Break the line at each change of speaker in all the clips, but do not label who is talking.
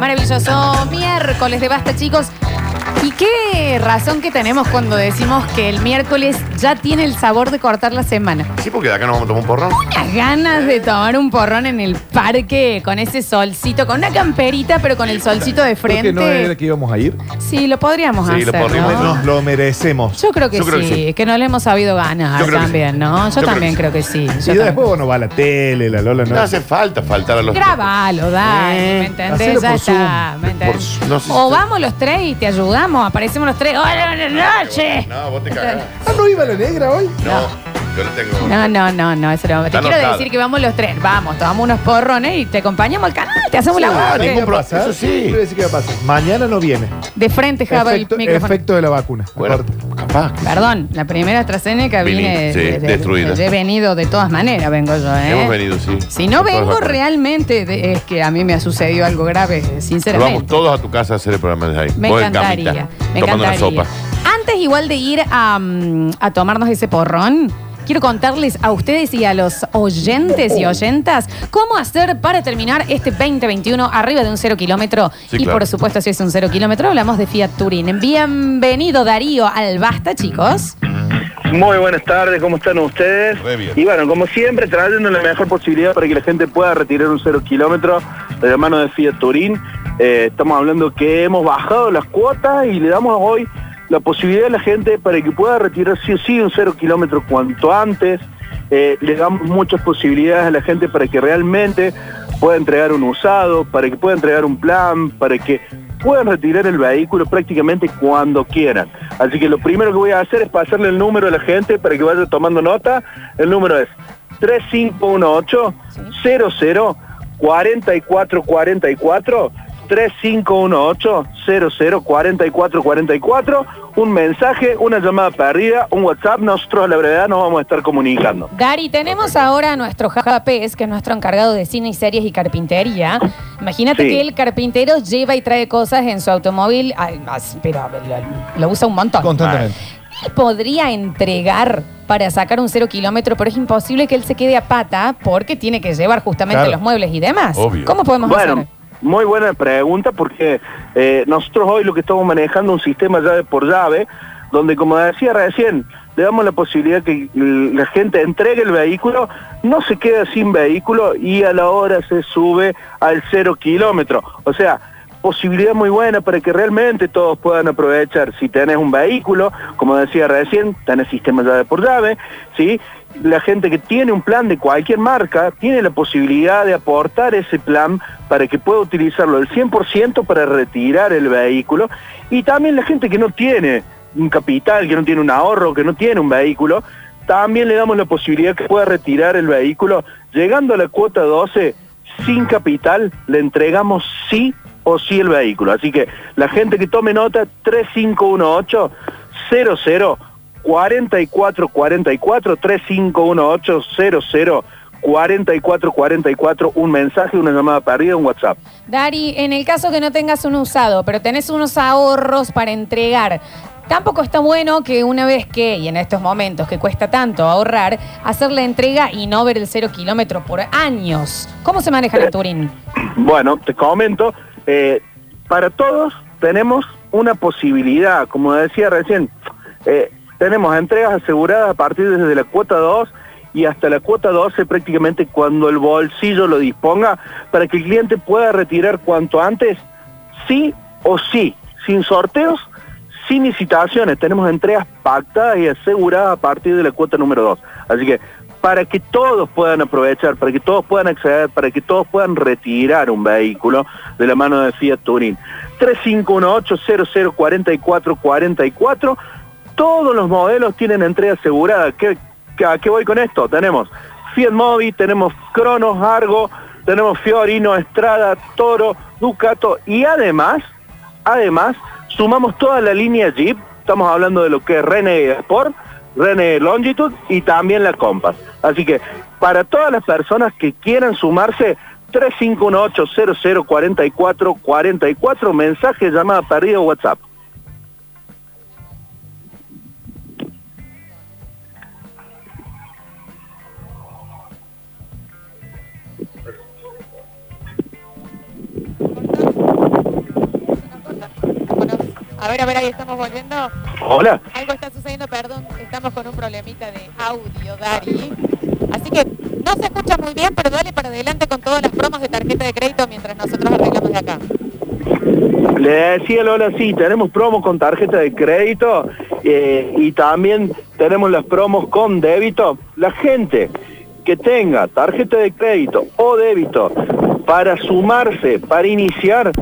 maravilloso miércoles de Basta, chicos. ¿Y qué razón que tenemos cuando decimos que el miércoles ya tiene el sabor de cortar la semana?
Sí, porque de acá nos vamos a tomar un porrón.
Unas ganas de tomar un porrón en el parque con ese solcito, con una camperita, pero con el solcito de
Creo
frente.
que no era que íbamos a ir.
Sí, lo podríamos
Sí,
hacer.
lo podríamos,
¿no?
Nos lo merecemos.
Yo creo que
Yo creo que
sí,
sí.
que no le hemos sabido ganar
Yo creo que
también,
sí.
¿no? Yo,
Yo creo
también
que
creo que sí. yo
y
también.
después no va a la tele, la Lola,
No
¿no?
hace falta faltar a los.
Grabalo, dale,
Eh,
¿me entendés?
hacelo
Ya
por
está,
Zoom.
¿me entendés?
Por Zoom, no sé si
o
está-
vamos los tres y te ayudamos, aparecemos los tres. ¡Hola, buenas noches!
No, vos te cagás.
Ah, no iba la negra hoy.
No, yo no tengo.
No, no, no, no, eso no. Te
Está
quiero
anotada.
decir que vamos los tres, vamos, tomamos unos porrones y te acompañamos al canal, te hacemos la
Ah,
Ah,
voz.
ningún
ningún
de-
problema.
pasar.
Eso sí.
Quiero decir que va a pasar. Mañana no viene.
De frente, Java, el
Efecto,
micrófono.
efecto de la vacuna.
Bueno,
Aparte.
capaz. que-
Perdón, la primera AstraZeneca
Vení,
viene
sí, destruida.
He venido de todas maneras, vengo yo, ¿eh?
Hemos venido, sí.
Si no vengo
Con todas las vacunas.
realmente, de- es que a mí me ha sucedido algo grave, sinceramente.
Vamos todos a tu casa a hacer el programa desde ahí.
Me
Vos en camita,
encantaría. me
tomando
encantaría.
una sopa.
Antes igual de ir a, mm, a tomarnos ese porrón, quiero contarles a ustedes y a los oyentes y oyentas cómo hacer para terminar este 2021 arriba de un cero kilómetro.
Sí,
y
claro.
por supuesto, si es un cero kilómetro, hablamos de Fiat Turín. Bienvenido Darío al Basta, chicos.
Muy buenas tardes, ¿cómo están ustedes?
Re bien.
Y bueno, como siempre, trayendo la mejor posibilidad para que la gente pueda retirar un cero kilómetro de la mano de Fiat Turín. Eh, estamos hablando que hemos bajado las cuotas y le damos hoy la posibilidad a la gente para que pueda retirar sí o sí un cero kilómetro cuanto antes. Eh, le damos muchas posibilidades a la gente para que realmente pueda entregar un usado, para que pueda entregar un plan, para que puedan retirar el vehículo prácticamente cuando quieran. Así que lo primero que voy a hacer es pasarle el número a la gente para que vaya tomando nota. El número es 3518 00 4444 3518 00 4444 un mensaje, una llamada perdida, un WhatsApp, nosotros a la brevedad nos vamos a estar comunicando.
Dari, tenemos ahora a nuestro Jaja Pérez, que es nuestro encargado de cine y series y carpintería. Imagínate
Sí.
que el carpintero lleva y trae cosas en su automóvil, ay, as- pero lo, lo usa un montón.
Constantemente.
Él podría entregar para sacar un cero kilómetro, pero es imposible que él se quede a pata porque tiene que llevar justamente
Claro.
los muebles y demás.
Obvio.
¿Cómo podemos
Bueno,
hacer?
muy buena pregunta porque eh, nosotros hoy lo que estamos manejando es un sistema llave por llave, donde como decía recién, le damos la posibilidad que l- la gente entregue el vehículo, no se queda sin vehículo y a la hora se sube al cero kilómetro. O sea, posibilidad muy buena para que realmente todos puedan aprovechar. Si tenés un vehículo, como decía recién, tenés sistema llave por llave, ¿sí? La gente que tiene un plan de cualquier marca tiene la posibilidad de aportar ese plan para que pueda utilizarlo al 100% para retirar el vehículo y también la gente que no tiene un capital, que no tiene un ahorro, que no tiene un vehículo, también le damos la posibilidad que pueda retirar el vehículo llegando a la cuota 12 sin capital, le entregamos sí o sí el vehículo. Así que la gente que tome nota 3518 00 4444 3518 00 4444 un mensaje, una llamada perdida, un WhatsApp.
Dari, en el caso que no tengas un usado, pero tenés unos ahorros para entregar, tampoco está bueno que una vez que, y en estos momentos que cuesta tanto ahorrar, hacer la entrega y no ver el cero kilómetro por años. ¿Cómo se maneja la Turín?
Bueno, te comento, eh, para todos tenemos una posibilidad, como decía recién, eh, tenemos entregas aseguradas a partir desde la cuota 2 y hasta la cuota 12 prácticamente cuando el bolsillo lo disponga para que el cliente pueda retirar cuanto antes, sí o sí, sin sorteos, sin licitaciones. Tenemos entregas pactadas y aseguradas a partir de la cuota número 2. Así que para que todos puedan aprovechar, para que todos puedan acceder, para que todos puedan retirar un vehículo de la mano de Fiat Turín. 3518-004444. Todos los modelos tienen entrega asegurada. ¿Qué, qué- ¿A qué voy con esto? Tenemos Fiat Mobi, tenemos Cronos, Argo, tenemos Fiorino, Estrada, Toro, Ducato y además Además, sumamos toda la línea Jeep, estamos hablando de lo que es Renegade Sport, Renegade Longitude y también la Compass. Así que para todas las personas que quieran sumarse, 3518-004444, mensaje, llamada perdida o WhatsApp.
A ver, a ver, ahí estamos volviendo.
Hola.
Algo está sucediendo, perdón, estamos con un problemita de audio, Dari. Así que no se escucha muy bien, pero dale para adelante con todas las promos de tarjeta de crédito mientras nosotros arreglamos de acá.
Le decía Lola, sí, tenemos promos con tarjeta de crédito eh, y también tenemos las promos con débito. La gente que tenga tarjeta de crédito o débito para sumarse, para iniciar,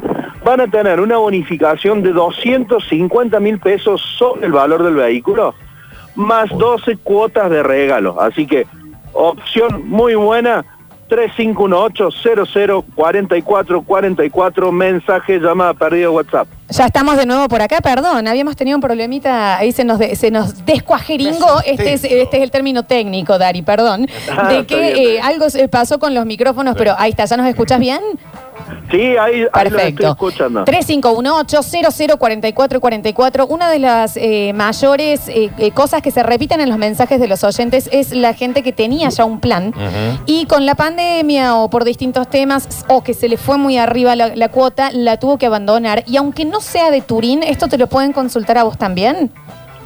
van a tener una bonificación de 250 mil pesos sobre el valor del vehículo, más 12 cuotas de regalo. Así que opción muy buena, 3518-004444, mensaje, llamada, perdido, WhatsApp.
Ya estamos de nuevo por acá, perdón, habíamos tenido un problemita, ahí se nos, de- se nos descuajeringó, este es, este es el término técnico, Dari, perdón,
Ah,
de
está
que
bien, está
eh,
bien.
algo se pasó con los micrófonos, pero ahí está, ¿ya nos escuchas bien?
Sí, ahí, ahí los estoy
Perfecto.
escuchando.
3518-004444. Una de las eh, mayores eh, eh, cosas que se repiten en los mensajes de los oyentes es la gente que tenía ya un plan
Ujú.
y con la pandemia o por distintos temas o que se le fue muy arriba la, la cuota, la tuvo que abandonar. Y aunque no sea de Turín, ¿esto te lo pueden consultar a vos también?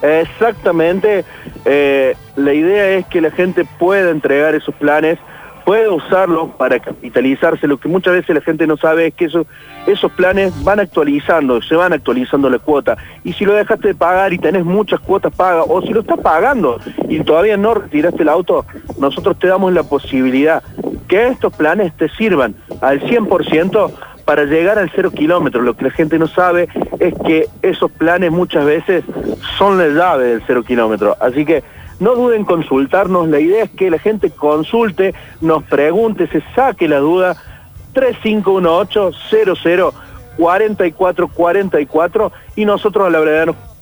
Exactamente. eh, la idea es que la gente pueda entregar esos planes, pueda usarlos para capitalizarse. Lo que muchas veces la gente no sabe es que esos, esos planes van actualizando, se van actualizando la cuota. Y si lo dejaste de pagar y tenés muchas cuotas pagas, o si lo estás pagando y todavía no retiraste el auto, nosotros te damos la posibilidad que estos planes te sirvan al 100% para llegar al cero kilómetro. Lo que la gente no sabe es que esos planes muchas veces son la llave del cero kilómetro. Así que no duden en consultarnos. La idea es que la gente consulte, nos pregunte, se saque la duda. 3518-00-4444 y nosotros a la brevedad nos comunicamos.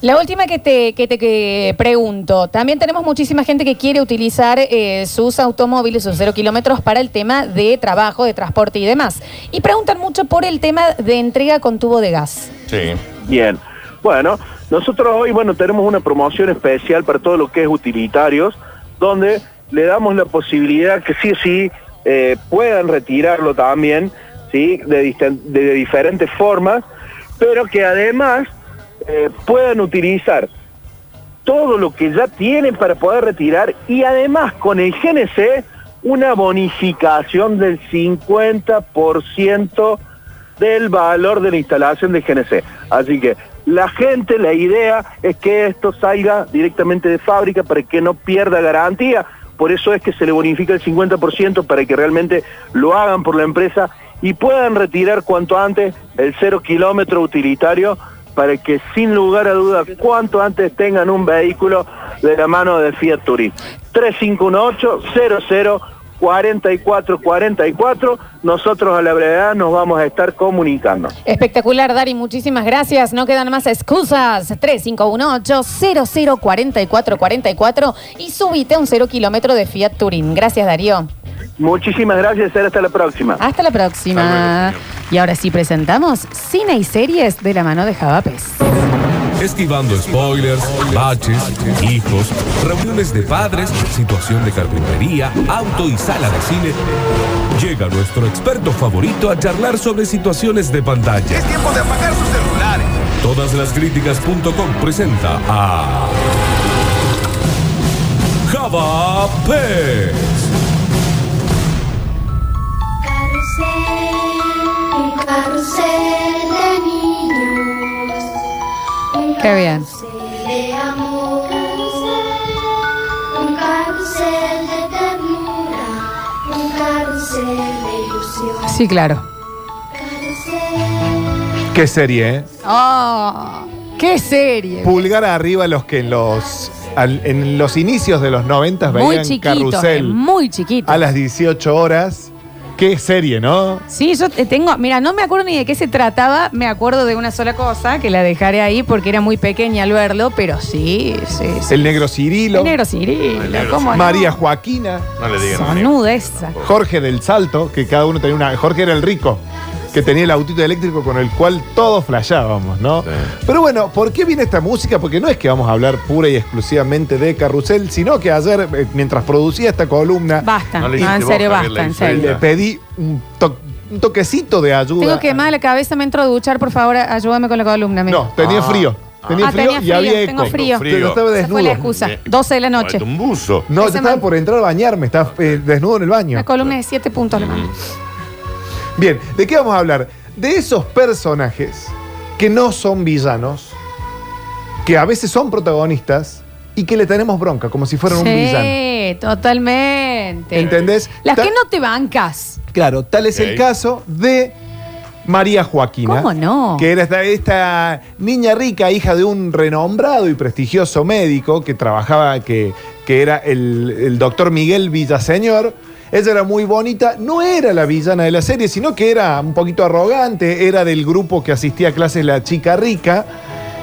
La última que te, que te que pregunto, también tenemos muchísima gente que quiere utilizar eh, sus automóviles, sus cero kilómetros, para el tema de trabajo, de transporte y demás. Y preguntan mucho por el tema de entrega con tubo de gas.
Sí.
Bien. Bueno, nosotros hoy, bueno, tenemos una promoción especial para todo lo que es utilitarios, donde le damos la posibilidad que sí o sí eh, puedan retirarlo también, ¿sí? De, distan- de diferentes formas, pero que además eh, puedan utilizar todo lo que ya tienen para poder retirar y además con el GNC una bonificación del 50% del valor de la instalación del GNC. Así que la gente, la idea es que esto salga directamente de fábrica para que no pierda garantía. Por eso es que se le bonifica el 50% para que realmente lo hagan por la empresa y puedan retirar cuanto antes el cero kilómetro utilitario para que sin lugar a dudas cuanto antes tengan un vehículo de la mano de Fiat Turín. 3518-00-4444. Nosotros a la brevedad nos vamos a estar comunicando.
Espectacular, Dari, muchísimas gracias. No quedan más excusas. 3518-004444 y subite a un cero kilómetro de Fiat Turín. Gracias, Darío.
Muchísimas gracias, Sara, hasta la próxima.
Hasta la
Hasta
próxima.
luego,
Y ahora sí presentamos Cine y Series de la mano de Javapes.
Esquivando spoilers, baches, hijos, reuniones de padres, situación de carpintería, auto y sala de cine. Llega nuestro experto favorito a charlar sobre situaciones de pantalla.
Es tiempo de apagar sus celulares.
Todaslaskriticas.com presenta a Java Pez.
Carrusel, un carrusel de niños. Un
Qué bien.
carrusel de amor. Un carrusel de ternura. Un carrusel de ilusión.
Sí, claro.
Carrusel.
Qué serie, ¿eh?
¡Oh! ¡Qué serie!
Pulgar arriba los que en los, al- en los inicios de los 90
Muy
veían
chiquito, eh,
Carrusel
muy chiquito.
a las 18 horas. Qué serie, ¿no?
Sí, yo te- tengo, mira, no me acuerdo ni de qué se trataba, me acuerdo de una sola cosa, que la dejaré ahí porque era muy pequeña al verlo, pero sí, sí, sí.
El negro Cirilo,
El negro Cirilo,
El negro
¿cómo no?
María Joaquina,
No le digan. a nadie.
Sonuda esa.
Jorge del Salto, que cada uno tenía una. Jorge era el rico, que tenía el autito eléctrico con el cual todos flashábamos, ¿no?
Sí.
Pero bueno, ¿por qué viene esta música? Porque no es que vamos a hablar pura y exclusivamente de Carrusel, sino que ayer, eh, mientras producía esta columna, eh,
Basta,
No le
no, en
dijiste
serio,
vos,
basta,
Javier,
en
la
le
serio.
historia.
pedí un to- un toquecito de ayuda.
Tengo quemada la cabeza, me entro a duchar, por favor, ayúdame con la columna. amigo.
No, tenía frío. Tenía
Ah,
frío
tenía
y
frío,
había eco.
tengo frío.
Yo estaba
Esa fue la
desnudo.
excusa. 12 de la noche.
Un buzo.
No, yo
Esa
estaba
me-
por entrar a bañarme, estaba eh, desnudo en el baño.
Una columna de 7 puntos. le
Mm.
mando.
Bien, ¿de qué vamos a hablar? De esos personajes que no son villanos, que a veces son protagonistas y que le tenemos bronca, como si fueran un villano.
Sí, totalmente.
¿Entendés?
Las
Ta-
que no te bancas.
Claro, tal es el
Ok.
caso de María Joaquina.
¿Cómo no?
Que era esta, esta niña rica, hija de un renombrado y prestigioso médico que trabajaba, que, que era el, el doctor Miguel Villaseñor. Ella era muy bonita, no era la villana de la serie, sino que era un poquito arrogante, era del grupo que asistía a clases la chica rica,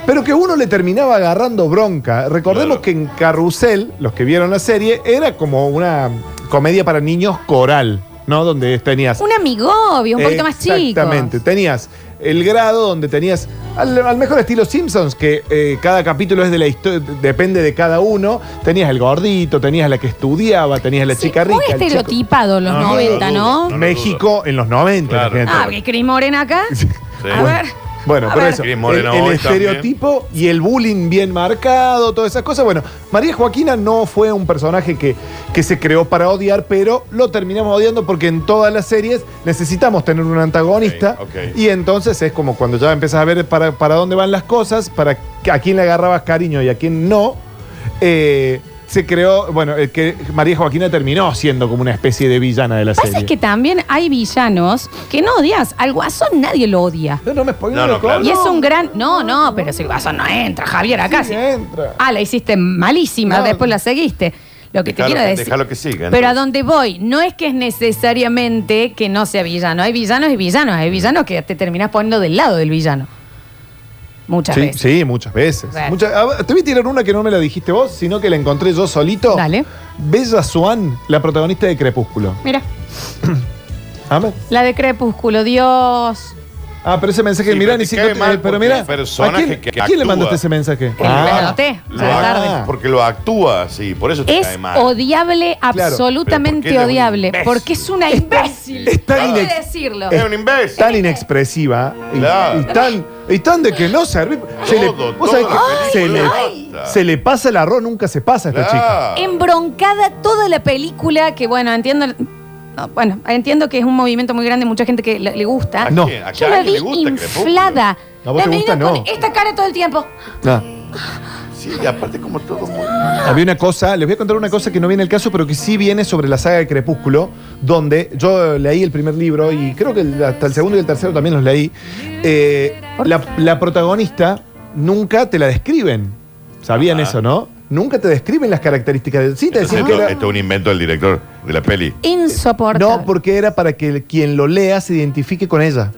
pero que uno le terminaba agarrando bronca. Recordemos
Claro.
que en Carrusel, los que vieron la serie, era como una comedia para niños coral, ¿no? Donde tenías
Un amigovio, un poquito más chico.
Exactamente. Tenías el grado donde tenías, al, al mejor estilo Simpsons, que eh, cada capítulo es de la historia, depende de cada uno. Tenías el gordito, tenías la que estudiaba, tenías la
Sí,
chica rica.
Muy
el chico-
estereotipado los
No, no,
90, ¿no?
no, no.
México en los 90.
Claro.
imagínate.
Ah, que Cris Morena acá.
Sí.
A ver.
Bueno,
A
pero
ver.
eso,
Cris
el,
Morena
el
hoy
estereotipo y el bullying bien marcado, todas esas cosas. Bueno, María Joaquina no fue un personaje que, que se creó para odiar, pero lo terminamos odiando porque en todas las series necesitamos tener un antagonista.
Ok, ok.
Y entonces es como cuando ya empiezas a ver para, para dónde van las cosas, para que- a quién le agarrabas cariño y a quién no. eh, se creó, bueno, el que María Joaquina terminó siendo como una especie de villana de la
Pasa
serie.
es que también hay villanos que no odias. Al guasón nadie lo odia.
No, no me spoilees,
No, no, claro.
Y es un gran. No, no, pero si el guasón no entra, Javier, acá
Sí,
sí.
entra.
Ah, la hiciste malísima,
No. eh,
después la seguiste. Lo que
Dejalo
te quiero
que-
decir.
dejalo que siga,
Pero a
entonces.
donde voy, no es que es necesariamente que no sea villano. Hay villanos y villanos. Hay villanos que te terminás poniendo del lado del villano. Muchas
Sí,
veces.
sí, muchas veces.
Bueno.
Muchas- a ver, te voy a tirar una que no me la dijiste vos, sino que la encontré yo solito.
Dale.
Bella Swan, la protagonista de Crepúsculo.
Mira,
A ver.
la de Crepúsculo, Dios.
Ah, pero ese mensaje,
Sí,
mirá,
pero
ni
te
siquiera.
cae mal
eh, pero
porque
mirá,
el personaje
¿a quién,
que
a quién le
actúa?
mandaste ese mensaje? Ah,
Que lo anoté,
Lo
ya es
act-
tarde.
Porque lo actúa así, por eso te
Es
cae mal.
odiable,
Pero
absolutamente
porque ella es un
odiable.
imbécil.
Porque es una imbécil.
Este es tan
Hay que
inex-
decirlo.
Es un imbécil.
tan inexpresiva y,
Claro.
y tan, y tan de que no serví. Se le,
Todo,
vos
toda
sabés
la
que se le,
película basta.
se le pasa el arroz, nunca se pasa a esta chica.
Claro.
Em, Embroncada toda la película, que bueno, entiendo. no, bueno, entiendo que es un movimiento muy grande, mucha gente que le, le gusta.
¿A
Ah, No.
quién? ¿A
Yo
quién
la vi
alguien le gusta Crepúsculo?
inflada.
¿A vos
La
te
vi
gusta?
con
No.
esta cara todo el tiempo.
Ah.
Sí, y aparte como todo muy...
Había una cosa, les voy a contar una cosa que no viene el caso, pero que sí viene sobre la saga de Crepúsculo, donde yo leí el primer libro y creo que el- hasta el segundo y el tercero también los leí. Eh, la, la protagonista nunca te la describen. Sabían
Ajá.
eso, ¿no? Nunca te describen las características. de- Sí, te
Entonces,
decían que
esto,
era.
esto es un invento del director de la peli.
Insoportable.
No, porque era para que el- quien lo lea se identifique con ella.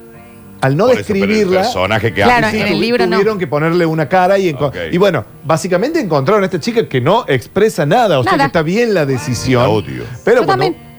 Al no
Por eso, pero
describirla.
el personaje que
Claro,
hace,
en
claro.
el libro no.
tuvieron que ponerle una cara y, enco-
Ok.
y bueno, básicamente encontraron a esta chica que no expresa nada, o sea
Nada.
que está bien la decisión.
La odio.
Pero
Yo
cuando-
también.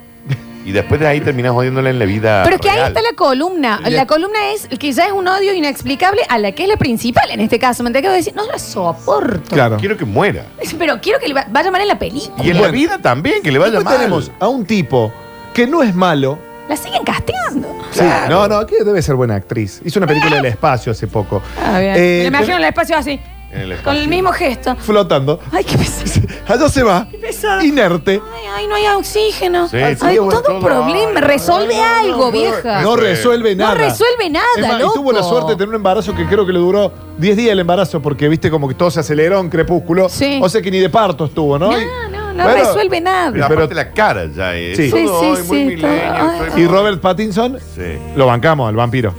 Y después de ahí terminas odiándola en la vida
Pero es que ahí
real.
está la columna.
Y
La
es-
columna es que ya es un odio inexplicable a la que es la principal en este caso. Me tengo que decir, no la soporto.
Claro.
Quiero que muera.
Pero quiero que le va- vaya mal en la película.
Y en la
Bueno.
vida también, que le vaya
Después
mal.
tenemos a un tipo que no es malo.
La siguen casteando.
Sí, no, no, que debe ser buena actriz. Hizo una película del espacio hace poco.
Ah, bien.
Eh,
Me imagino
te-
el espacio así,
En el espacio.
con el mismo gesto.
Flotando.
Ay, qué pesado.
Allá se va.
pesado.
Inerte.
Ay, ay, no hay oxígeno.
Sí,
ay,
sí,
todo,
bueno, todo-
problema. Resuelve algo, vieja.
No
Sí.
resuelve
Ah. No
nada.
resuelve nada,
Es más,
loco.
Y tuvo la suerte de tener un embarazo que creo que le duró 10 días el embarazo, porque viste como que todo se aceleró en crepúsculo.
Sí.
O sea que ni de parto estuvo, ¿no?
No,
Y-
no, no
Bueno,
resuelve nada.
Pero,
Pero-
aparte la cara ya es
Sí.
todo
Sí, sí,
hoy muy
sí,
milenio,
todo.
soy-
Y Robert Pattinson
Sí.
lo bancamos al vampiro.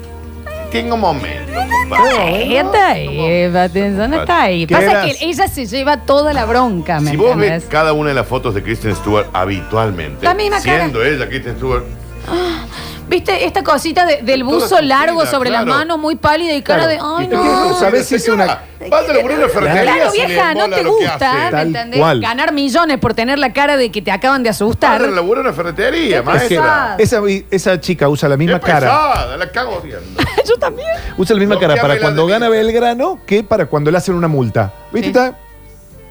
Tengo momento.
Ay, está ahí, Pattinson, está ahí.
¿Qué
Pasa
eras?
que ella se lleva toda la bronca, ¿me
Si vos ves
entendés?
cada una de las fotos de Kristen Stewart habitualmente,
La misma cara.
siendo ella Kristen Stewart,
¿Viste esta cosita de- del
Toda
buzo
sufrida,
largo sobre
claro.
las manos, muy pálida y cara de. ¡Ay,
Y tú
no!
sabes si es una.
Pásale por una enfermería.
Claro,
si le
vieja, no
embola
te
lo que
gusta, ¿eh?
hace.
¿me
Tal
entendés?
cual.
Ganar millones por tener la cara de que te acaban de asustar.
Pásale laburo en una ferretería,
Es que
maestra.
esa, esa chica usa la misma
Es
cara.
pesada, la cago odiando.
Yo también.
Usa la misma
No,
cara
ya
para
me la
cuando gana
debí.
Belgrano que para cuando le hacen una multa. ¿Viste?
Sí.
está?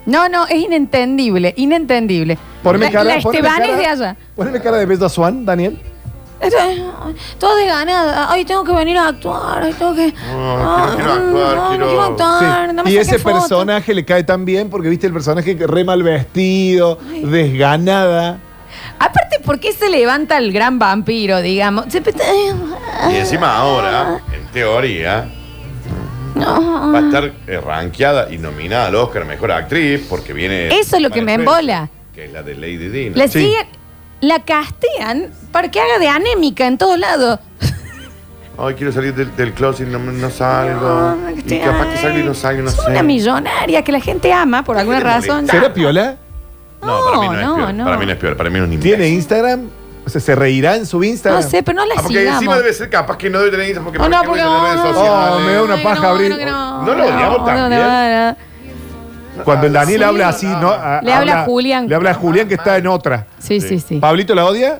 No, no, es inentendible, inentendible.
Poneme
la,
cara.
la
poneme
Estebanes
cara-
de allá.
Poneme cara de Bella Swan, Daniel.
Toda desganada. Ay, tengo que venir a actuar. Ay, tengo que.
Ah, quiero- quiero actuar,
Ah, quiero
quiero-
Sí.
actuar. no me
y
saquen
ese
fotos.
personaje le cae tan bien porque viste el personaje que re mal vestido, desganada.
Aparte, ¿por qué se levanta el gran vampiro, digamos? Siempre está-
Y encima
Ah.
ahora, en teoría, va a estar eh, rankeada y nominada al Oscar a Mejor Actriz porque viene...
Eso es lo que me
Vanessa,
embola.
Que es la de Lady Dina.
La
Sí.
siguen- La castean para que haga de anémica en todos lados.
Ay, quiero salir del, del closet, no, no salgo.
No,
y capaz que salgo y no salgo, no
Es
sé.
una millonaria que la gente ama por alguna
le
razón.
molesta?
¿Será piola?
No, para
No,
mí no, es peor.
no,
Para
no.
mí no es peor, para mí es un imbécil.
¿Tiene Instagram? O sea, ¿se reirá en su
No
Instagram?
sé, pero no la
Ah, porque encima
sigamos.
debe ser capaz que no debe tener Instagram porque
Oh,
¿para
no,
qué
porque
voy a tener redes
Oh,
sociales?
me da una
Ay,
paja
no,
abrir.
no, que no.
No lo odiamos también.
no.
Cuando el Daniel
Ah, Sí.
habla así, ¿no? A-
Le habla a Julián.
Le habla a Julián que está en otra.
Sí, sí, sí.
¿Pablito la odia?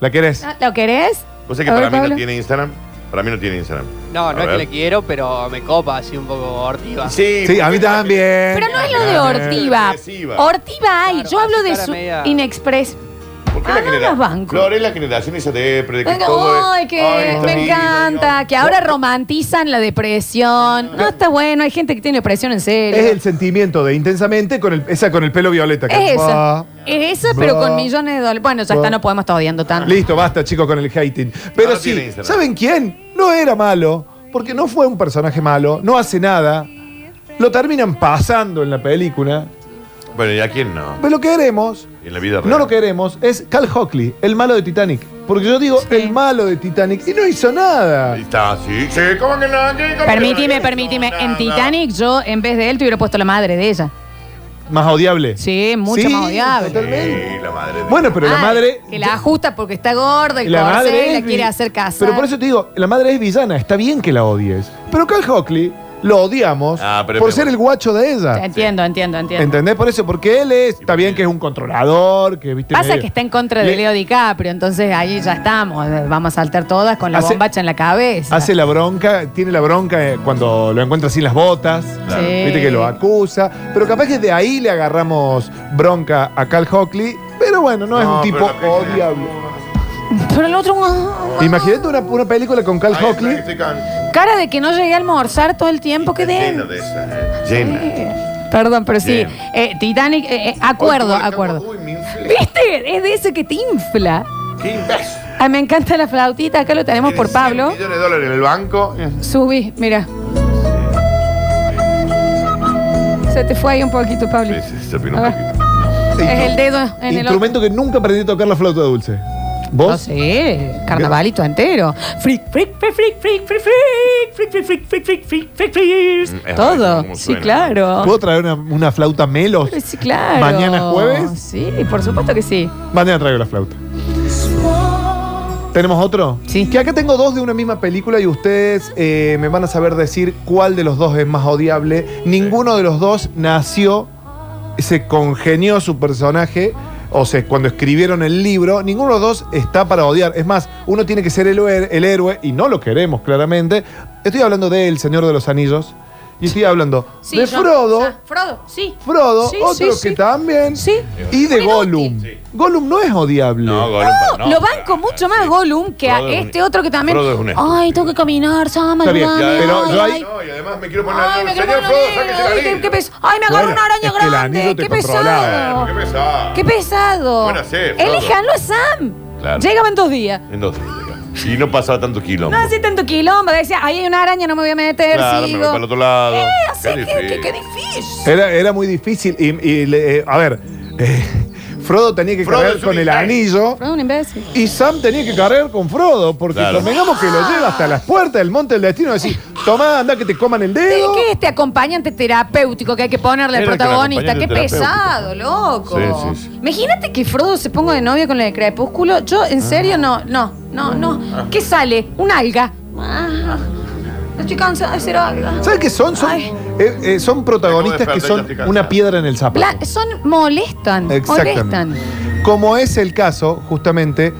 ¿La querés?
Ah, ¿Lo querés?
¿Vos sabés que
A
para
ver,
mí
Pablo.
no tiene Instagram? Para mí no tiene Instagram.
No,
A
Ah, no es
ver.
que le quiero, pero me copa así un poco hortiva.
Sí,
Sí, a mí
porque-
también.
Pero no es lo de Ortiva.
Agresiva.
Ortiva hay.
Claro,
Yo hablo
así
de
cara
su
media-
inexpress.
¿Por qué
Ah,
la
no
genera-
las banco.
Flor, es la generación esa de pre- que
Venga,
todo es-
ay, que
Ay, está
me
lindo,
encanta.
no.
Que ahora romantizan la depresión. No está bueno. Hay gente que tiene depresión en serio.
Es el sentimiento de intensamente con el, esa con el pelo violeta. que-
Es
Ah.
esa. Es esa, pero
Bra.
con millones de dólares. Bueno, ya
Bra.
está, no podemos estar odiando tanto.
Listo, basta, chicos, con el hating. Pero
No, no tiene
sí,
Instagram.
¿saben quién? No era malo, porque no fue un personaje malo, no hace nada. Lo terminan pasando en la película.
Bueno, ¿y a quién no?
Pero lo queremos.
Y en la vida real.
No lo queremos, es Cal Hockley, el malo de Titanic. Porque yo digo el malo de Titanic y no hizo nada.
Ahí está, sí, sí, ¿cómo que no? ¿Qué- cómo que
Permítime,
no?
permítime.
No,
En
no.
Titanic, yo en vez de él, te hubiera puesto la madre de ella.
Más odiable.
Sí, mucho
Sí,
más odiable.
Sí,
Totalmente.
la madre. de-
Bueno, pero la
Ah,
madre.
Que la ajusta porque está gorda y
la madre
la
es vi-
quiere hacer casar.
Pero por eso te digo, la madre es villana, está bien que la odies. Pero Cal Hockley lo odiamos
Ah, pero
por
me-
ser el guacho de ella.
Entiendo, entiendo, entiendo.
¿Entendés? Por eso, porque él es. Está bien que es un controlador, que viste.
Pasa
medio-
que está en contra de
Le-
Leo DiCaprio, entonces ahí ya estamos. Vamos a saltar todas con la
Hace-
bombacha en la cabeza.
Hace la bronca, tiene la bronca eh, cuando lo encuentra sin las botas.
Claro. Sí.
Viste que lo acusa. Pero capaz que de ahí le agarramos bronca a Cal Hockley. Pero bueno, no, es
No,
un tipo
pero
oh,
la que-
odiable.
Pero el otro.
Imagínate una, una película con Cal
Ahí está, que
Hockley.
estoy can-
Cara de que no llegué a almorzar todo el tiempo que
Llena
den.
de esa, eh. Llena.
Perdón, pero sí.
Bien.
Eh, Titanic, eh, eh, acuerdo,
Hoy tuve
acuerdo.
que- Uy, me inflé.
¿Viste? Es de ese que te infla.
Qué imbécil.
Ay, me encanta la flautita, acá lo tenemos por
Tiene
Pablo.
100 millones de dólares en el banco.
Subí, mira. Se te fue ahí un poquito, Pablo.
Sí, sí, se opinó
A
un
ver.
poquito.
Es el dedo en el otro.
Instrumento que nunca aprendí a tocar la flauta dulce. ¿Vos?
No sé, carnavalito entero. Freak, freak, freak, freak, freak, freak, freak, freak, freak, freak, freak, freak, freak, freak.
Mm, es rarísimo
Todo.
cómo
Sí,
suena.
claro.
¿Puedo traer una, una flauta melos?
Sí, claro.
¿Mañana jueves?
Sí, por supuesto que sí.
Mañana traigo la flauta. ¿Tenemos otro?
Sí.
Que acá tengo dos de una misma película y ustedes eh, me van a saber decir cuál de los dos es más odiable. Ninguno de los dos nació, se congenió su personaje, o sea, cuando escribieron el libro, ninguno de los dos está para odiar. Es más, uno tiene que ser el, héroe- el héroe y no lo queremos claramente. Estoy hablando de El Señor de los Anillos y estoy hablando
Sí,
de
yo-
Frodo.
o sea, Frodo, sí.
Frodo,
Sí, sí,
otro que
sí.
también.
Sí.
Y de
Un inútil.
Gollum.
Sí.
Gollum no es odiable.
No, Gollum,
No,
no,
¡Oh! lo banco
claro,
mucho
sí.
más Gollum que a
Frodo es un-
este otro que también.
Frodo es un estúpido.
Ay, tengo que caminar, Sama,
Está bien,
ayúdame,
ya, pero
ay,
yo ahí-
ay.
No, y además me quiero poner.
Ay, me
Señor
quiero
Frodo,
poner
sáquese la
ay, qué,
línea.
qué pes- ay, me agarró
Bueno,
una araña
es que el anillo
grande.
te
Qué
controlaba.
pesado.
Bueno, qué pesado.
Qué pesado.
Bueno, sí, Frodo.
Elíjanlo a Sam.
Claro.
Llegaba en dos días.
En dos días, claro. Y no pasaba tanto quilombo.
No hacía tanto quilombo. Decía, ahí hay una araña, no me voy a meter.
Claro, me voy
sigo.
para el otro lado.
Eh, así
Qué
que, que-
difícil.
que difícil.
Era, era muy difícil. Y, y le- eh, a ver, eh, Frodo tenía que
Frodo
cargar
es un
con el
imbécil.
anillo.
Frodo, un imbécil.
Y Sam tenía que cargar con Frodo, porque
Claro.
convengamos que lo lleva hasta las puertas del monte del destino. Decir, tomá, anda que te coman el
¿Qué
dedo.
es este acompañante terapéutico que hay que ponerle al
Era que era
protagonista? Qué
acompañante
pesado, loco.
Sí, sí, sí.
Imagínate que Frodo se ponga de novia con la de Crepúsculo. Yo,
Ah.
en serio, no, no, no, no. ¿Qué sale? Un alga. Ah, estoy cansada de ser alga.
¿Sabes qué son? Son,
Ay.
eh, eh, son protagonistas que son
despertar, ya estoy
una
cansado.
piedra en el zapato.
Bla- son molestan. Molestan.
Como es el caso, justamente.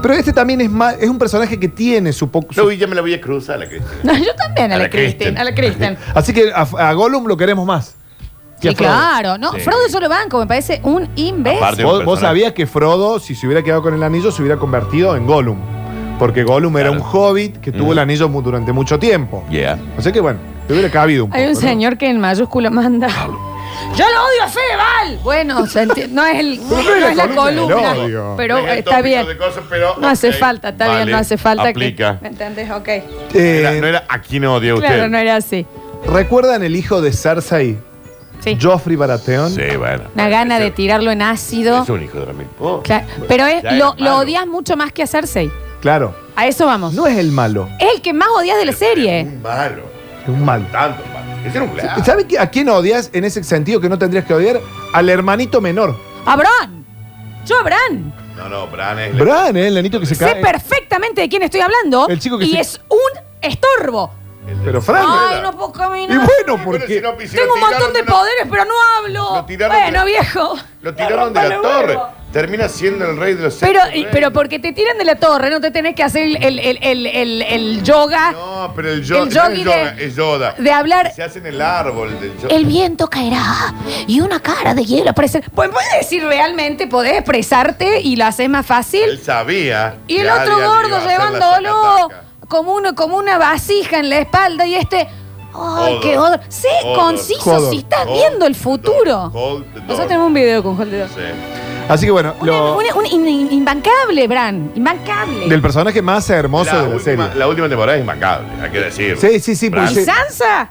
Pero este también es, ma- es un personaje que tiene su, poco
Yo ya me la voy a cruzar a la que.
No, yo también a,
A
la,
la
Kristen,
Kristen.
a la Kristen.
Así que a, a Gollum lo queremos más. ¿Qué
Sí,
Frodo?
claro. No,
Sí.
Frodo solo banco, me parece un imbécil.
Aparte-
¿Vos,
un
vos
personaje.
sabías que Frodo, si se hubiera quedado con el anillo, se hubiera convertido en Gollum. Porque Gollum era
Claro.
un hobbit que tuvo
Mm.
el anillo mu- durante mucho tiempo.
Yeah.
O sea que, bueno, te hubiera cabido un poco.
Hay un
¿no?
señor que en mayúscula manda. ¡Yo lo odio a Fedeval! Bueno, se enti- no es, el, no
Pero no
es la columna,
del odio.
pero
Venga, el
está
tópico
bien.
de cosas, pero,
No hace
ok,
falta, está
vale,
bien, no hace falta
aplica.
que. ¿Me entendés? Ok.
Eh,
Era- no era aquí no odia usted.
Claro, no era así.
¿Recuerdan el hijo de Cersei,
Sí.
Joffrey Baratheon?
Sí, bueno.
Una gana de
Ese-
tirarlo en ácido.
Es un hijo de la mil. Oh.
Claro, Pero es,
Ya era
lo, lo
malo.
odias mucho más que a Cersei.
Claro.
A eso vamos.
No es el malo,
Es el que más odias de la
Es
serie.
un malo.
es un mal.
Tanto malo. Ese era un
¿Sabes
clan.
a quién odias en ese sentido que no tendrías que odiar? Al hermanito menor.
¡Abrón! ¡Yo, Abrán!
No, no, Bran es.
Bran, ¿eh? el nenito que se
Sé
cae.
perfectamente de quién estoy hablando.
El chico que
y
se-
es un estorbo.
Pero Frank.
Ay, no puedo
y
caminar.
bueno, porque.
Pero si no, si lo
Tengo un montón
tiraron
de
una-
poderes, pero no hablo.
Lo tiraron de
Bueno,
la-
viejo.
Lo tiraron de la
Rompale
torre.
huevo.
Termina siendo el rey de los
Pero,
sextos
y-
reyes.
pero porque te tiran de la torre, no te tenés que hacer el, el- el- el- el- el yoga
No, pero el, yo,
El
no
yogi
es yoga,
de-
es Yoda.
de hablar.
Se hacen el árbol del yoga.
El viento caerá y una cara de hielo aparecerá. Pues puedes decir realmente, podés expresarte y lo haces más
Él
fácil.
sabía.
Y el
que
otro
Ariel iba a
gordo
hacer la
llevándolo
taca-taca.
como, uno, como una vasija en la espalda y este. ¡Ay,
Hodor.
qué odor! Sé
Hodor.
conciso
Hodor.
si estás
Hold
viendo el
the
futuro.
door, hold the door.
Nosotros tenemos un video con Hold the Door.
Sí.
Así que bueno,
Una-
lo-
una- un in- in- imbancable, Bran. Imbancable.
del personaje más hermoso
La
de la
última,
serie.
la última temporada es imbancable, hay que decir.
Sí, sí, sí,
Bran.
¿Y
porque-
Sansa?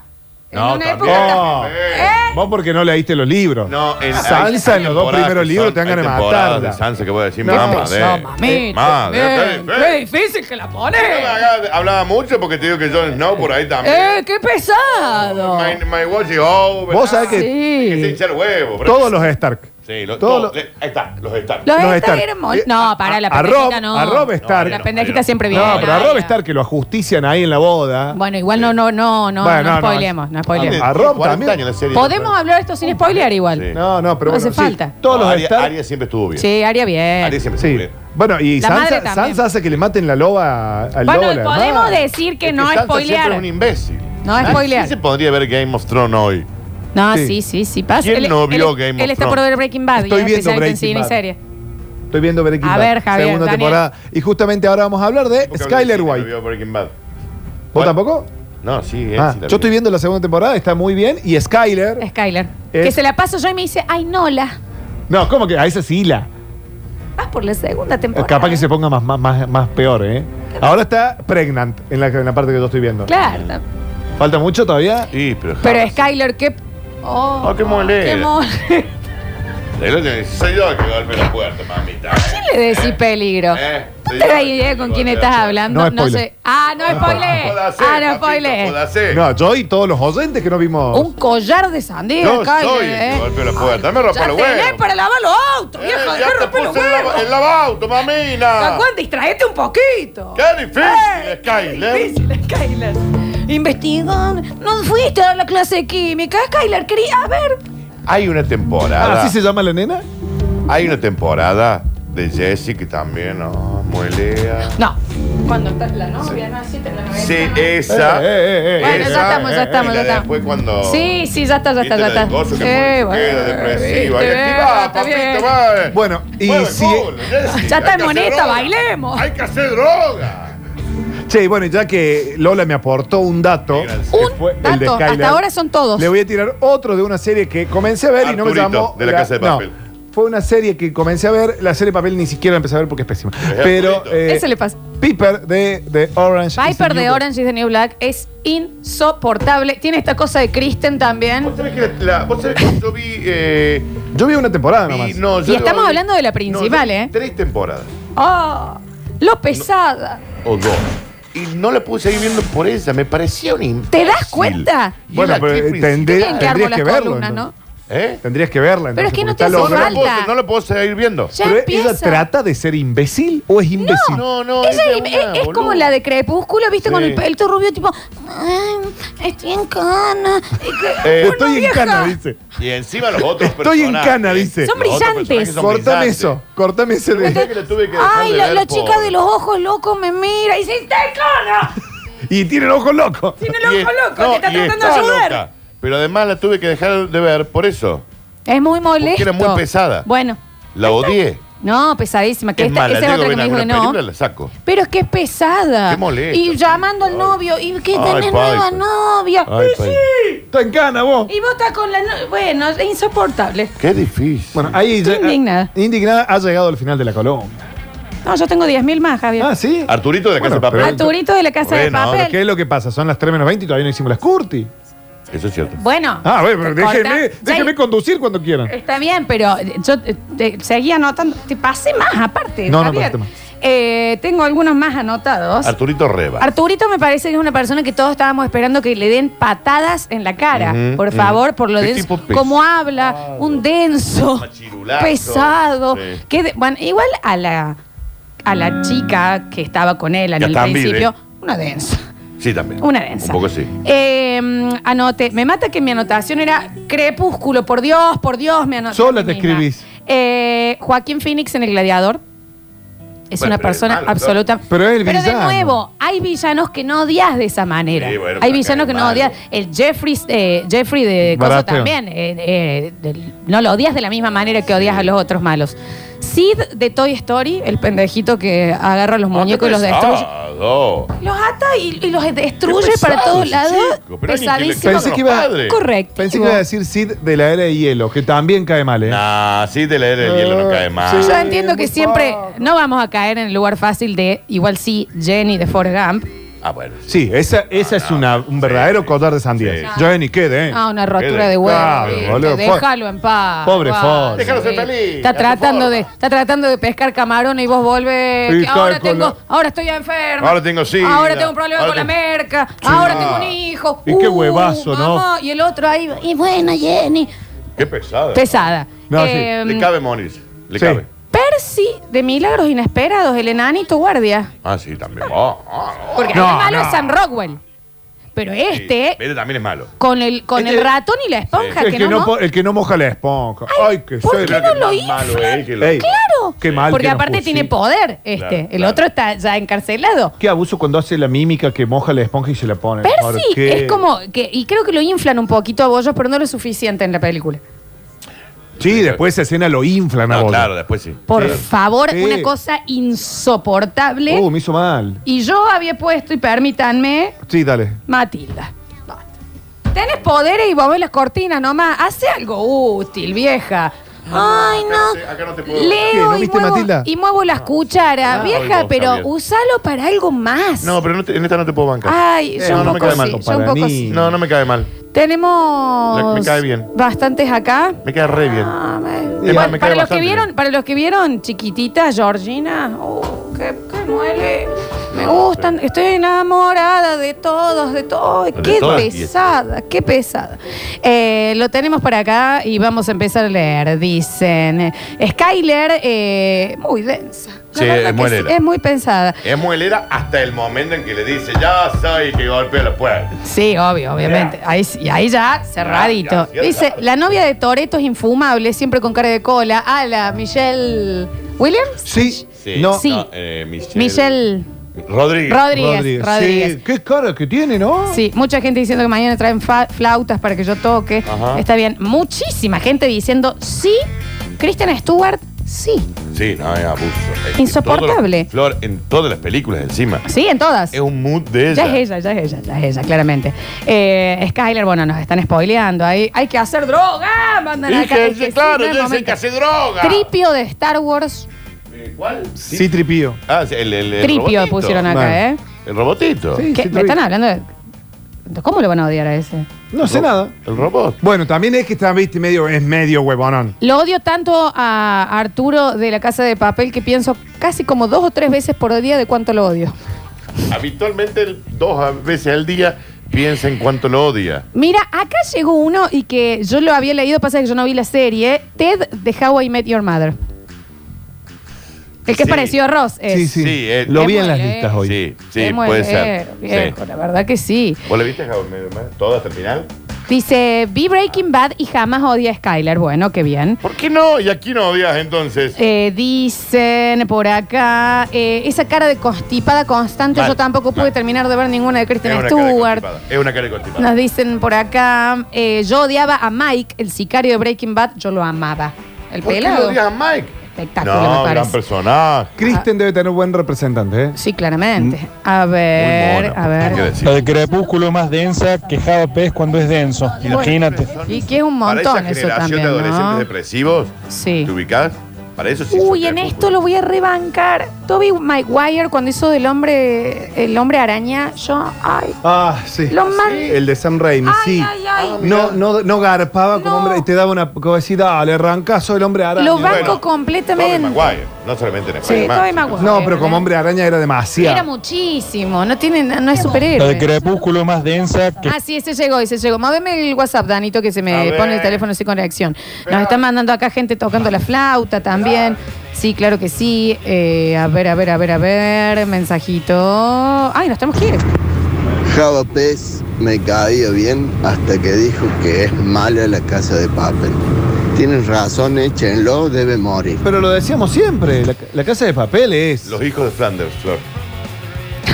No,
en una
también.
época.
Oh,
¿Eh?
Vos porque no leíste los libros.
No, en,
Sansa
hay-
en los
hay
dos
temporadas
primeros
que
libros
son-
te dan
hay
ganas de
temporadas
matarla.
de Sansa que voy a decir,
No,
mamá,
no,
de.
mamita,
Madre,
ven,
está bien,
Qué
ven.
difícil que la
No me
pones.
hagas- Hablaba mucho porque te digo que Jon Snow por ahí también.
¡Eh, qué pesado!
My, my watch is over.
Vos sabés que-
Hay que echar huevo. bro.
Todos los Stark.
Sí, lo-
todos
todos- ahí está, los están.
Los
Los
Stark
Stark.
eran mol- No, para la
a
pendejita
Rob-
no.
a Rob Stark.
La
No,
pendejita
no.
siempre viene.
No, pero a
Ay,
Rob
no.
Stark que lo ajustician ahí en la boda.
Bueno, igual no, no, no, no,
Bueno,
no,
no, no.
spoilemos, no spoilemos.
A Rob
40
también.
años la serie.
Podemos hablar esto sin spoilear igual.
Sí.
No, no, pero
No
bueno,
hace
sí,
falta.
Todos los
Aria,
Stark.
Aria siempre estuvo bien.
Sí, haría
Aria
bien.
siempre estuvo
Sí.
bien.
Bueno, y
La madre
Sansa,
también.
Sansa hace que le maten la loba al
Bueno,
Lola,
podemos
hermano.
decir que
Es
no
Sansa siempre es
spoilear.
un imbécil.
No
Nadie-
spoilear.
Sí se podría ver Game of Thrones hoy.
No,
Sí.
sí, sí, sí, pasa.
¿Quién
Él-
no
él-
vio Game of
Él está
Thrones?
por ver Breaking Bad. y
Estoy
es especialmente
viendo
en
Breaking
cine y
Bad.
serie.
Estoy viendo Breaking
A
Bad,
ver, Javier,
segunda
Daniel.
temporada. Y justamente ahora vamos a hablar de Skyler White.
Vio Breaking Bad.
¿Vos
¿Cuál?
tampoco?
No, sí, él
Ah,
sí la
yo
vio.
estoy viendo la segunda temporada, está muy bien. Y Skyler.
Skyler.
Es-
Que se la paso yo y me dice, ay, Nola,
No, ¿cómo que? A esa sí la.
vas por la segunda temporada.
Capaz que se ponga más, más, más, más peor, ¿eh? Ahora está pregnant en la, en la parte que yo estoy viendo.
Claro.
¿Falta mucho todavía?
Sí, pero.
Pero Skyler, qué... Oh,
Ah, qué molera.
Qué mole.
Skyler. Soy yo el que golpea la puerta, mamita.
¿Quién le decís peligro?
Eh,
¿No
sí,
te das
sí,
idea
sí,
con
sí,
quién
sí,
estás
sí.
hablando?
No spoiler.
sé. Ah, no spoiler.
Jodase,
Ah, no
eh, papito,
spoiler.
jodase.
No, yo y todos los oyentes que no vimos.
Un collar de sandía,
Yo soy
Skyler.
el que
eh.
golpeo la puerta. Me rompo
Ya
los
tenés
huevos.
para lavar los autos,
Eh,
vieja.
ya
dejá
te
romper los
puse el lava-
huevos.
el lavauto, mamina.
Juan, distraete un poquito.
Ah.
Eh,
Qué difícil, Skyler.
Qué difícil, Skyler. Investigan. No fuiste a la clase de química, Skyler. Quería a ver.
Hay una temporada.
Ah, ¿Así se llama la nena?
Hay una temporada de Jesse que también oh, muelea.
No. Cuando estás la novia, no así te la novia.
Sí, esa.
Eh, eh, eh,
Bueno, ya
Esa.
estamos, ya estamos,
Y
ya
la de
estamos.
Después cuando.
Sí, sí, ya está, ya está, ya
¿Viste la
está.
del gozo que
Sí,
muere,
bueno,
queda depresiva.
viste,
Y aquí va,
está bien.
papito, va.
Bueno, y
Mueve el
si-
culo, Jesse,
Ya
hay
está
que
moneta,
hacer droga.
bailemos.
Hay que hacer droga.
Che, y bueno, ya que Lola me aportó un dato.
Gracias.
que fue
Un dato.
Skylar,
Hasta ahora son todos.
Le voy a tirar otro de una serie que comencé a ver y no me
Arturito,
llamó.
de la Casa de Papel.
no, fue una serie que comencé a ver. La serie de papel ni siquiera la empecé a ver porque es pésima.
Es
Pero.
Arturito.
eh,
Ese le pasa.
Piper de, de Orange. is the
Piper
New
de
Black.
Orange is the New Black es insoportable. Tiene esta cosa de Kristen también.
¿Vos sabés que, la- vos sabés que yo vi. eh,
Yo vi una temporada nomás.
vi- no, yo
Y estamos
vi-
hablando de la
no, yo vi
principal, ¿eh?
Tres temporadas.
¡Ah! lo pesada.
o dos. Y no la pude seguir viendo por esa, me parecía un imbécil.
¿Te das cuenta?
Y
Bueno,
la
pero
actriz
entendé-
principal-
Tienen que armar
tendrías
las
que verlo,
columnas, ¿no?
entonces.
¿Eh?
Tendrías que verla.
Pero es
entonces,
que no
porque
te
está
hace
No
logrado.
la, puedo,
falta.
no la puedo seguir viendo.
Ya
Pero
empieza.
ella trata de ser imbécil o es imbécil.
No, no,
Ella
ella
es,
una
e- es- es
boluda.
como la de Crepúsculo, ¿viste? Con
Sí.
el pelito rubio, tipo, "Ay, estoy en cana. Y que-
Eh,
Bueno,
Estoy en
vieja.
cana, dice.
Y encima los otros
Estoy en
personajes-
cana, dice.
Son
los otros
brillantes.
personajes son
Cortame
brillantes.
eso. Cortame ese
Pensé
de.
que la tuve que dejar
Ay,
de
la,
ver
la chica
por-
de los ojos locos me mira y dice, ¡está en cana!
Y tiene el ojo loco.
Tiene
Y
el
es-
ojo loco,
no,
te está
y
tratando de
está
ayudar.
loca. Pero además la tuve que dejar de ver por eso.
Es muy molesto.
era muy pesada.
Bueno.
La odié.
No, pesadísima. Que
es
esta,
mala,
esa es
llego a
otra que
ver
me dijo que
alguna
no.
película, la saco.
Pero es que es pesada.
Qué molesto.
Y llamando al novio. ¿Y qué
Ay,
tenés
pai,
nueva
pai.
novia?
Ay,
Y
pai.
sí.
Está en cana vos.
Y vos estás con la. no- Bueno, es insoportable.
Qué difícil.
Bueno, ahí
Estoy
llega-
indignada.
indignada ha llegado al final de la columna.
No, yo tengo 10.000 más, Javier.
Ah, sí.
Arturito de la Casa
Bueno,
de Papel.
pero-
Arturito de la Casa de
Bueno,
Papel.
¿Qué es lo que pasa? Son las 3 menos 20 y todavía no hicimos las curti.
Eso es cierto.
Bueno.
Ah, bueno, pero
corta.
déjenme,
Ya
déjenme
hay-
conducir cuando quieran.
Está bien, pero yo eh, te- seguí anotando. Te pasé más aparte.
No, no,
Javier.
pasaste más.
Eh, tengo algunos más anotados.
Arturito Reba.
Arturito me parece que es una persona que todos estábamos esperando que le den patadas en la cara.
Ujú,
por
ujú.
favor, por lo
Qué
denso.
tipo
Como habla, un denso,
Machirulazo.
pesado.
Sí.
que de- bueno, igual a la, a la chica que estaba con él en
Ya
el
están vive.
principio, una densa.
sí, también.
Una densa.
Un poco sí.
Eh, anote, me mata que mi anotación era crepúsculo, por Dios, por Dios, me anoté.
Sola
a mí
te
misma.
escribís.
Eh, Joaquín Phoenix en El Gladiador. Es
Bueno,
una
pero es
persona
malo,
absoluta.
Pero es el
de
villano.
nuevo, hay villanos que no odias de esa manera.
Sí, bueno,
hay
pero
villanos
acá
que
es
no
malo.
odias. El Jeffrey, eh, Jeffrey de Coso
Baratheon.
también. eh, eh, del- no lo odias de la misma manera que odias a los otros malos. Sid de Toy Story, el pendejito que agarra los muñecos y los destruye.
Ah, Pesado.
Los ata y, y los destruye
Qué pesado
para todos
ese
lados.
chico, pero alguien que le
Pesadísimo.
Pensé que iba-
padre.
Correcto.
Pensé que iba a decir Sid de la era de hielo, que también cae mal, ¿eh?
Nah, sí, de leer el hielo no cae mal.
Yo
Sí.
entiendo que
muy
siempre
bajo.
no vamos a caer en el lugar fácil de, igual sí, Jenny de Forrest Gump.
Ah, bueno. sí.
Sí, esa, esa es una, un verdadero
sí.
collar de sandía.
Sí.
Yo ni quede, ¿eh?
Ah, una rotura de
de-
huevo.
Claro,
¿viste?
boludo, po-
Déjalo en paz.
pobre
guau,
Forrest.
Déjalo ser
sí.
feliz,
Está
a su
tratando,
forma.
de, está tratando de pescar camarón y vos volvés.
Y
que ahora,
cae con
tengo,
la-
ahora estoy enferma.
Ahora tengo sida.
Ahora tengo un problema
Ahora
con la
tengo-
merca. Ahora
Ah.
tengo un hijo. Uh,
Y qué huevazo, ¿no?
mamá, Y el otro ahí. Y bueno, Jenny.
Qué pesado.
Pesada.
No, sí.
Em,
Le cabe morirse. Le
Sí.
cabe.
Percy de Milagros Inesperados, el enanito guardia.
Ah, sí, también. Oh, oh, oh.
Porque
No,
el malo
no.
es San Rockwell. Pero
Sí,
este,
Este también es malo.
con el, con
Este-
el ratón y la esponja
El
que,
que, no,
no
po- el que no moja la esponja. Ay, que
¿por
soy
qué
la-
no lo
más malo
infla?
es que lo-
Ey,
Claro.
Qué mal
Porque
que nos
aparte
pusi-
tiene poder este.
Claro,
el
claro.
otro está ya encarcelado.
Qué abuso cuando hace la mímica que moja la esponja y se la pone. Ahora,
Percy
qué-
es como que, y creo que lo inflan un poquito a bollos, pero no lo suficiente en la película.
Sí, después esa escena lo inflan a
No,
vos.
claro, después sí.
Por
Sí.
favor,
Sí.
una cosa insoportable.
Uh, me hizo mal.
Y yo había puesto, y permítanme,
Sí, dale.
Matilda. Basta. Tenés poderes y vos ves las cortinas nomás. Hace algo útil, vieja. Ay, no.
acá Ah, no se- acá no te puedo-
¿Qué?
Leo
¿No
y,
viste
muevo,
Matilda?
y muevo las cucharas.
Ah, hoy
vieja,
vos,
pero
Javier.
usalo para algo más.
No, pero no te- en esta no te puedo bancar.
Ay, yo
Eh, no,
un
no me
poco
cae mal.
sí, yo un
Para
poco
mí.
sí.
No, no me cae mal.
Tenemos
Me- me cae bien.
bastantes acá.
Me cae re bien.
Ah, me-
Es más,
Bueno,
me cae
para los que
bastante
vieron,
bien.
para los que vieron chiquitita Georgina, oh, qué, qué muele. Me gustan, estoy enamorada de todos, de todo.
De
Qué
todas y
pesada, qué pesada. Eh, lo tenemos para acá y vamos a empezar a leer. Dicen, Skyler, eh, muy densa. La
Sí,
verdad
es
que
muy
sí,
lera.
es muy pensada.
Es muelera hasta el momento en que le dice, ya soy que golpea la puerta.
Sí, obvio, obviamente. Ahí, sí- y ahí ya, cerradito.
Ya, ya, ya.
Dice, la novia de Toreto es infumable, siempre con cara de cola. A la Michelle Williams.
Sí,
Sí.
no.
Sí.
No, eh, Michelle.
Michelle
Rodríguez.
Rodríguez. Rodríguez.
Sí, qué cara que tiene, ¿no?
Sí, mucha gente diciendo que mañana traen fa- flautas para que yo toque.
Ajá.
Está bien. Muchísima gente diciendo, sí, Kristen Stewart, sí.
Sí, no, es abuso. Es que
Insoportable.
todo lo- Flor, en todas las películas encima.
Sí, en todas.
Es un mood de ella.
Ya es ella, ya es ella, ya es ella, claramente. Eh, Skyler, bueno, nos están spoileando. Ahí hay que hacer droga. Mandan
Y
acá.
que-
Es que sí,
claro,
no es
yo sé
momento.
que hace droga.
Tripio de Star Wars.
Eh, ¿Cuál?
Sí, tripío.
Ah, sí, el, el, el
Tripio
robotito.
pusieron acá,
Bueno.
¿eh?
El robotito.
Sí.
¿Qué? ¿Me
tripio.
están hablando de.? de- ¿Cómo lo van a odiar a ese?
No sé
Ro-
nada.
El robot.
Bueno, también es que está, viste, medio, es medio huevonón.
Lo odio tanto a Arturo de la Casa de Papel que pienso casi como dos o tres veces por día de cuánto lo odio.
Habitualmente el- dos a- veces al día piensa en cuánto lo odia.
Mira, acá llegó uno y que yo lo había leído, pasa que yo no vi la serie, Ted de How I Met Your Mother. El que es
Sí.
parecido a Ross. es.
Sí, sí.
Sí, eh,
Lo vi
es
en
muy
las
leve.
listas hoy.
Sí, sí,
Es muy
puede
lero,
ser.
viejo,
Sí.
La verdad que sí.
¿Vos le viste Javier, todo hasta el final?
Dice, vi Breaking Bad y jamás odia a Skyler. Bueno, qué bien.
¿Por qué no? ¿Y aquí no odias entonces?
Eh, dicen por acá, eh, esa cara de constipada constante,
Mal,
yo tampoco pude
mal.
terminar de ver ninguna de Kristen
una cara de
Stewart.
constipada, Es una cara de constipada.
Nos dicen por acá, eh, yo odiaba a Mike, el sicario de Breaking Bad, yo lo amaba. El
¿Por qué
pelado.
no odias a Mike?
Espectáculo,
No,
me
gran
parece.
personaje.
Kristen
Ah.
debe tener buen representante, ¿eh?
Sí, claramente. A ver,
Mm. Muy mona,
a
¿qué
ver.
decir?
crepúsculo más densa que Java es cuando es denso. Imagínate.
Y que es un
Para
montón
esa
eso
generación
también,
de adolescentes
¿no?
depresivos,
Sí.
¿te ubicás? Para eso sí. es
Uy,
un
en
crepúsculo.
esto lo voy a rebancar. Toby Maguire cuando hizo del hombre el hombre araña, yo ay,
Ah, sí.
Lo mal-
El de Sam Raimi,
ay,
sí.
ay, ay. Ah,
No, no, no garpaba como
No.
hombre, te daba una cobecidad, le arrancazo el hombre araña.
Lo banco
Bueno, Tobey
completamente.
Maguire, no solamente en
Sí,
España.
Toby Maguire.
No, pero como hombre araña era demasiado.
Era muchísimo, no tiene na- no es superhéroe.
crepúsculo más densa que
Ah, sí, ese llegó, ese llegó. Móveme el WhatsApp, Danito, que se
A
me
ver.
pone el teléfono sin conexión. Nos están mandando acá gente tocando la flauta también. Sí, claro que sí. Eh, a ver, a ver, a ver, a ver. Mensajito. Ay, nos tenemos que ir.
Java Pez me caía bien hasta que dijo que es mala la casa de papel. Tienes razón, échenlo, debe morir.
Pero lo decíamos siempre, la, la casa de papel es.
Los hijos de Flanders, Flor.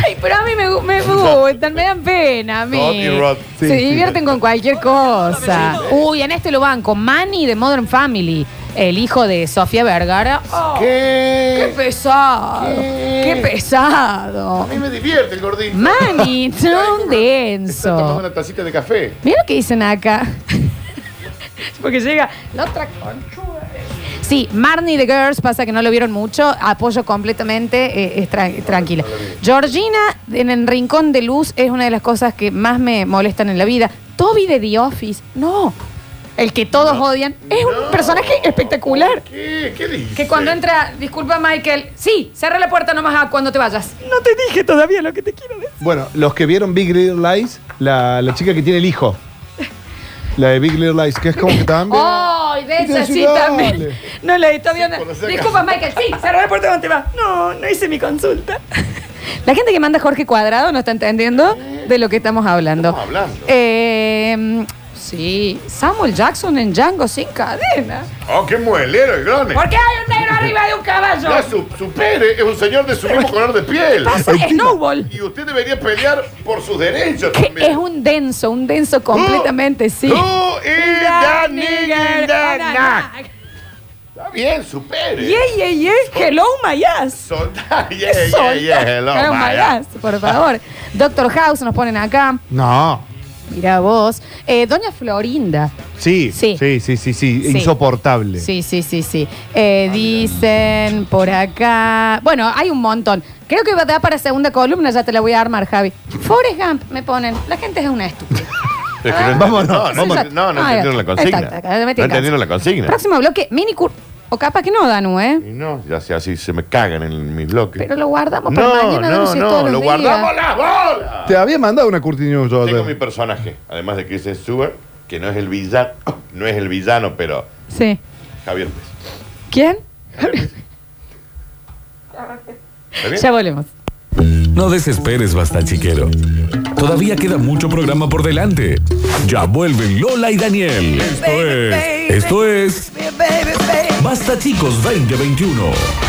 Ay, pero a mí me, gu- me gustan, me dan pena a mí.
Rod y Rod.
Se
Sí, sí.
divierten con cualquier cosa. Uy, en este lo banco. Manny de Modern Family, el hijo de Sofía Vergara. Oh, ¡Qué
¿Qué?
pesado! ¡Qué, pesado!
A mí me divierte el gordito.
Manny, tan
Está tomando
denso.
una tacita de café.
Mira lo que dicen acá. Porque llega la otra conchuda. Sí, Marnie the Girls, pasa que no lo vieron mucho, apoyo completamente, eh, es tra- tranquila. Georgina en el Rincón de Luz es una de las cosas que más me molestan en la vida. Toby de The Office, no. El que todos odian, es un personaje espectacular.
¿Qué? ¿Qué dice?
Que cuando entra, disculpa Michael, sí, cierra la puerta nomás a cuando te vayas. No te dije todavía lo que te quiero decir.
Bueno, los que vieron Big Little Lies, la, la chica que tiene el hijo. La de Big Little Lies, que es como que también.
¡Ay, Oh, de
¿Qué te
esa sí
ayudaba?
también! No la he visto bien.
por hacer
Disculpa, Michael, sí, cerró la puerta donde va. No, no hice mi consulta. La gente que manda Jorge Cuadrado no está entendiendo de lo que estamos hablando.
Estamos hablando.
Eh, sí, Samuel Jackson en Django sin cadena.
Oh, qué muelero el grone.
¿Por qué hay un negro arriba de un caballo?
Ya su- supere, es un señor de su mismo color de piel.
Pasa Snowball.
Y usted debería pelear por sus derechos
Que
también.
es un denso, un denso completamente, sí.
Who is that nigga in that
Banana.
knack? Está bien, supere.
Yeah, yeah, yeah. Hello, my ass.
Soltá, yeah, yeah, yeah, hello,
Hello, my
Maya.
ass, por favor. Doctor House nos ponen acá.
No.
Mirá vos. Eh, Doña Florinda.
Sí,
Sí.
sí, sí, sí, sí,
Sí.
insoportable.
Sí, sí, sí, sí.
Ah,
Eh, dicen por acá. Bueno, hay un montón. Creo que va a dar para segunda columna, ya te la voy a armar, Javi. Forrest Gump, me ponen. La gente es una estúpida.
Es que no ent-
Vámonos.
No, no,
Exacto.
no, no
Ah,
entendieron la
exacto,
consigna.
Ah. exacto, me metí
no
en casa.
entendieron la consigna.
Próximo bloque, mini cur. O capaz que no, Danu, ¿eh?
Y no, ya sea así, se me cagan en mis bloques.
Pero lo guardamos para
no,
mañana. Danu,
no,
si es todos
no,
los
lo
días.
guardamos las bolas.
Te había mandado una curtiño yo.
Tengo mi personaje, además de Chris Stewart, que no es el villano, no es el villano, pero
Sí.
Javier Pérez.
¿Quién?
¿Está bien?
Ya volvemos.
No desesperes, basta chiquero. Todavía queda mucho programa por delante. Ya vuelven Lola y Daniel. Esto es. Esto es. Basta chicos 2021.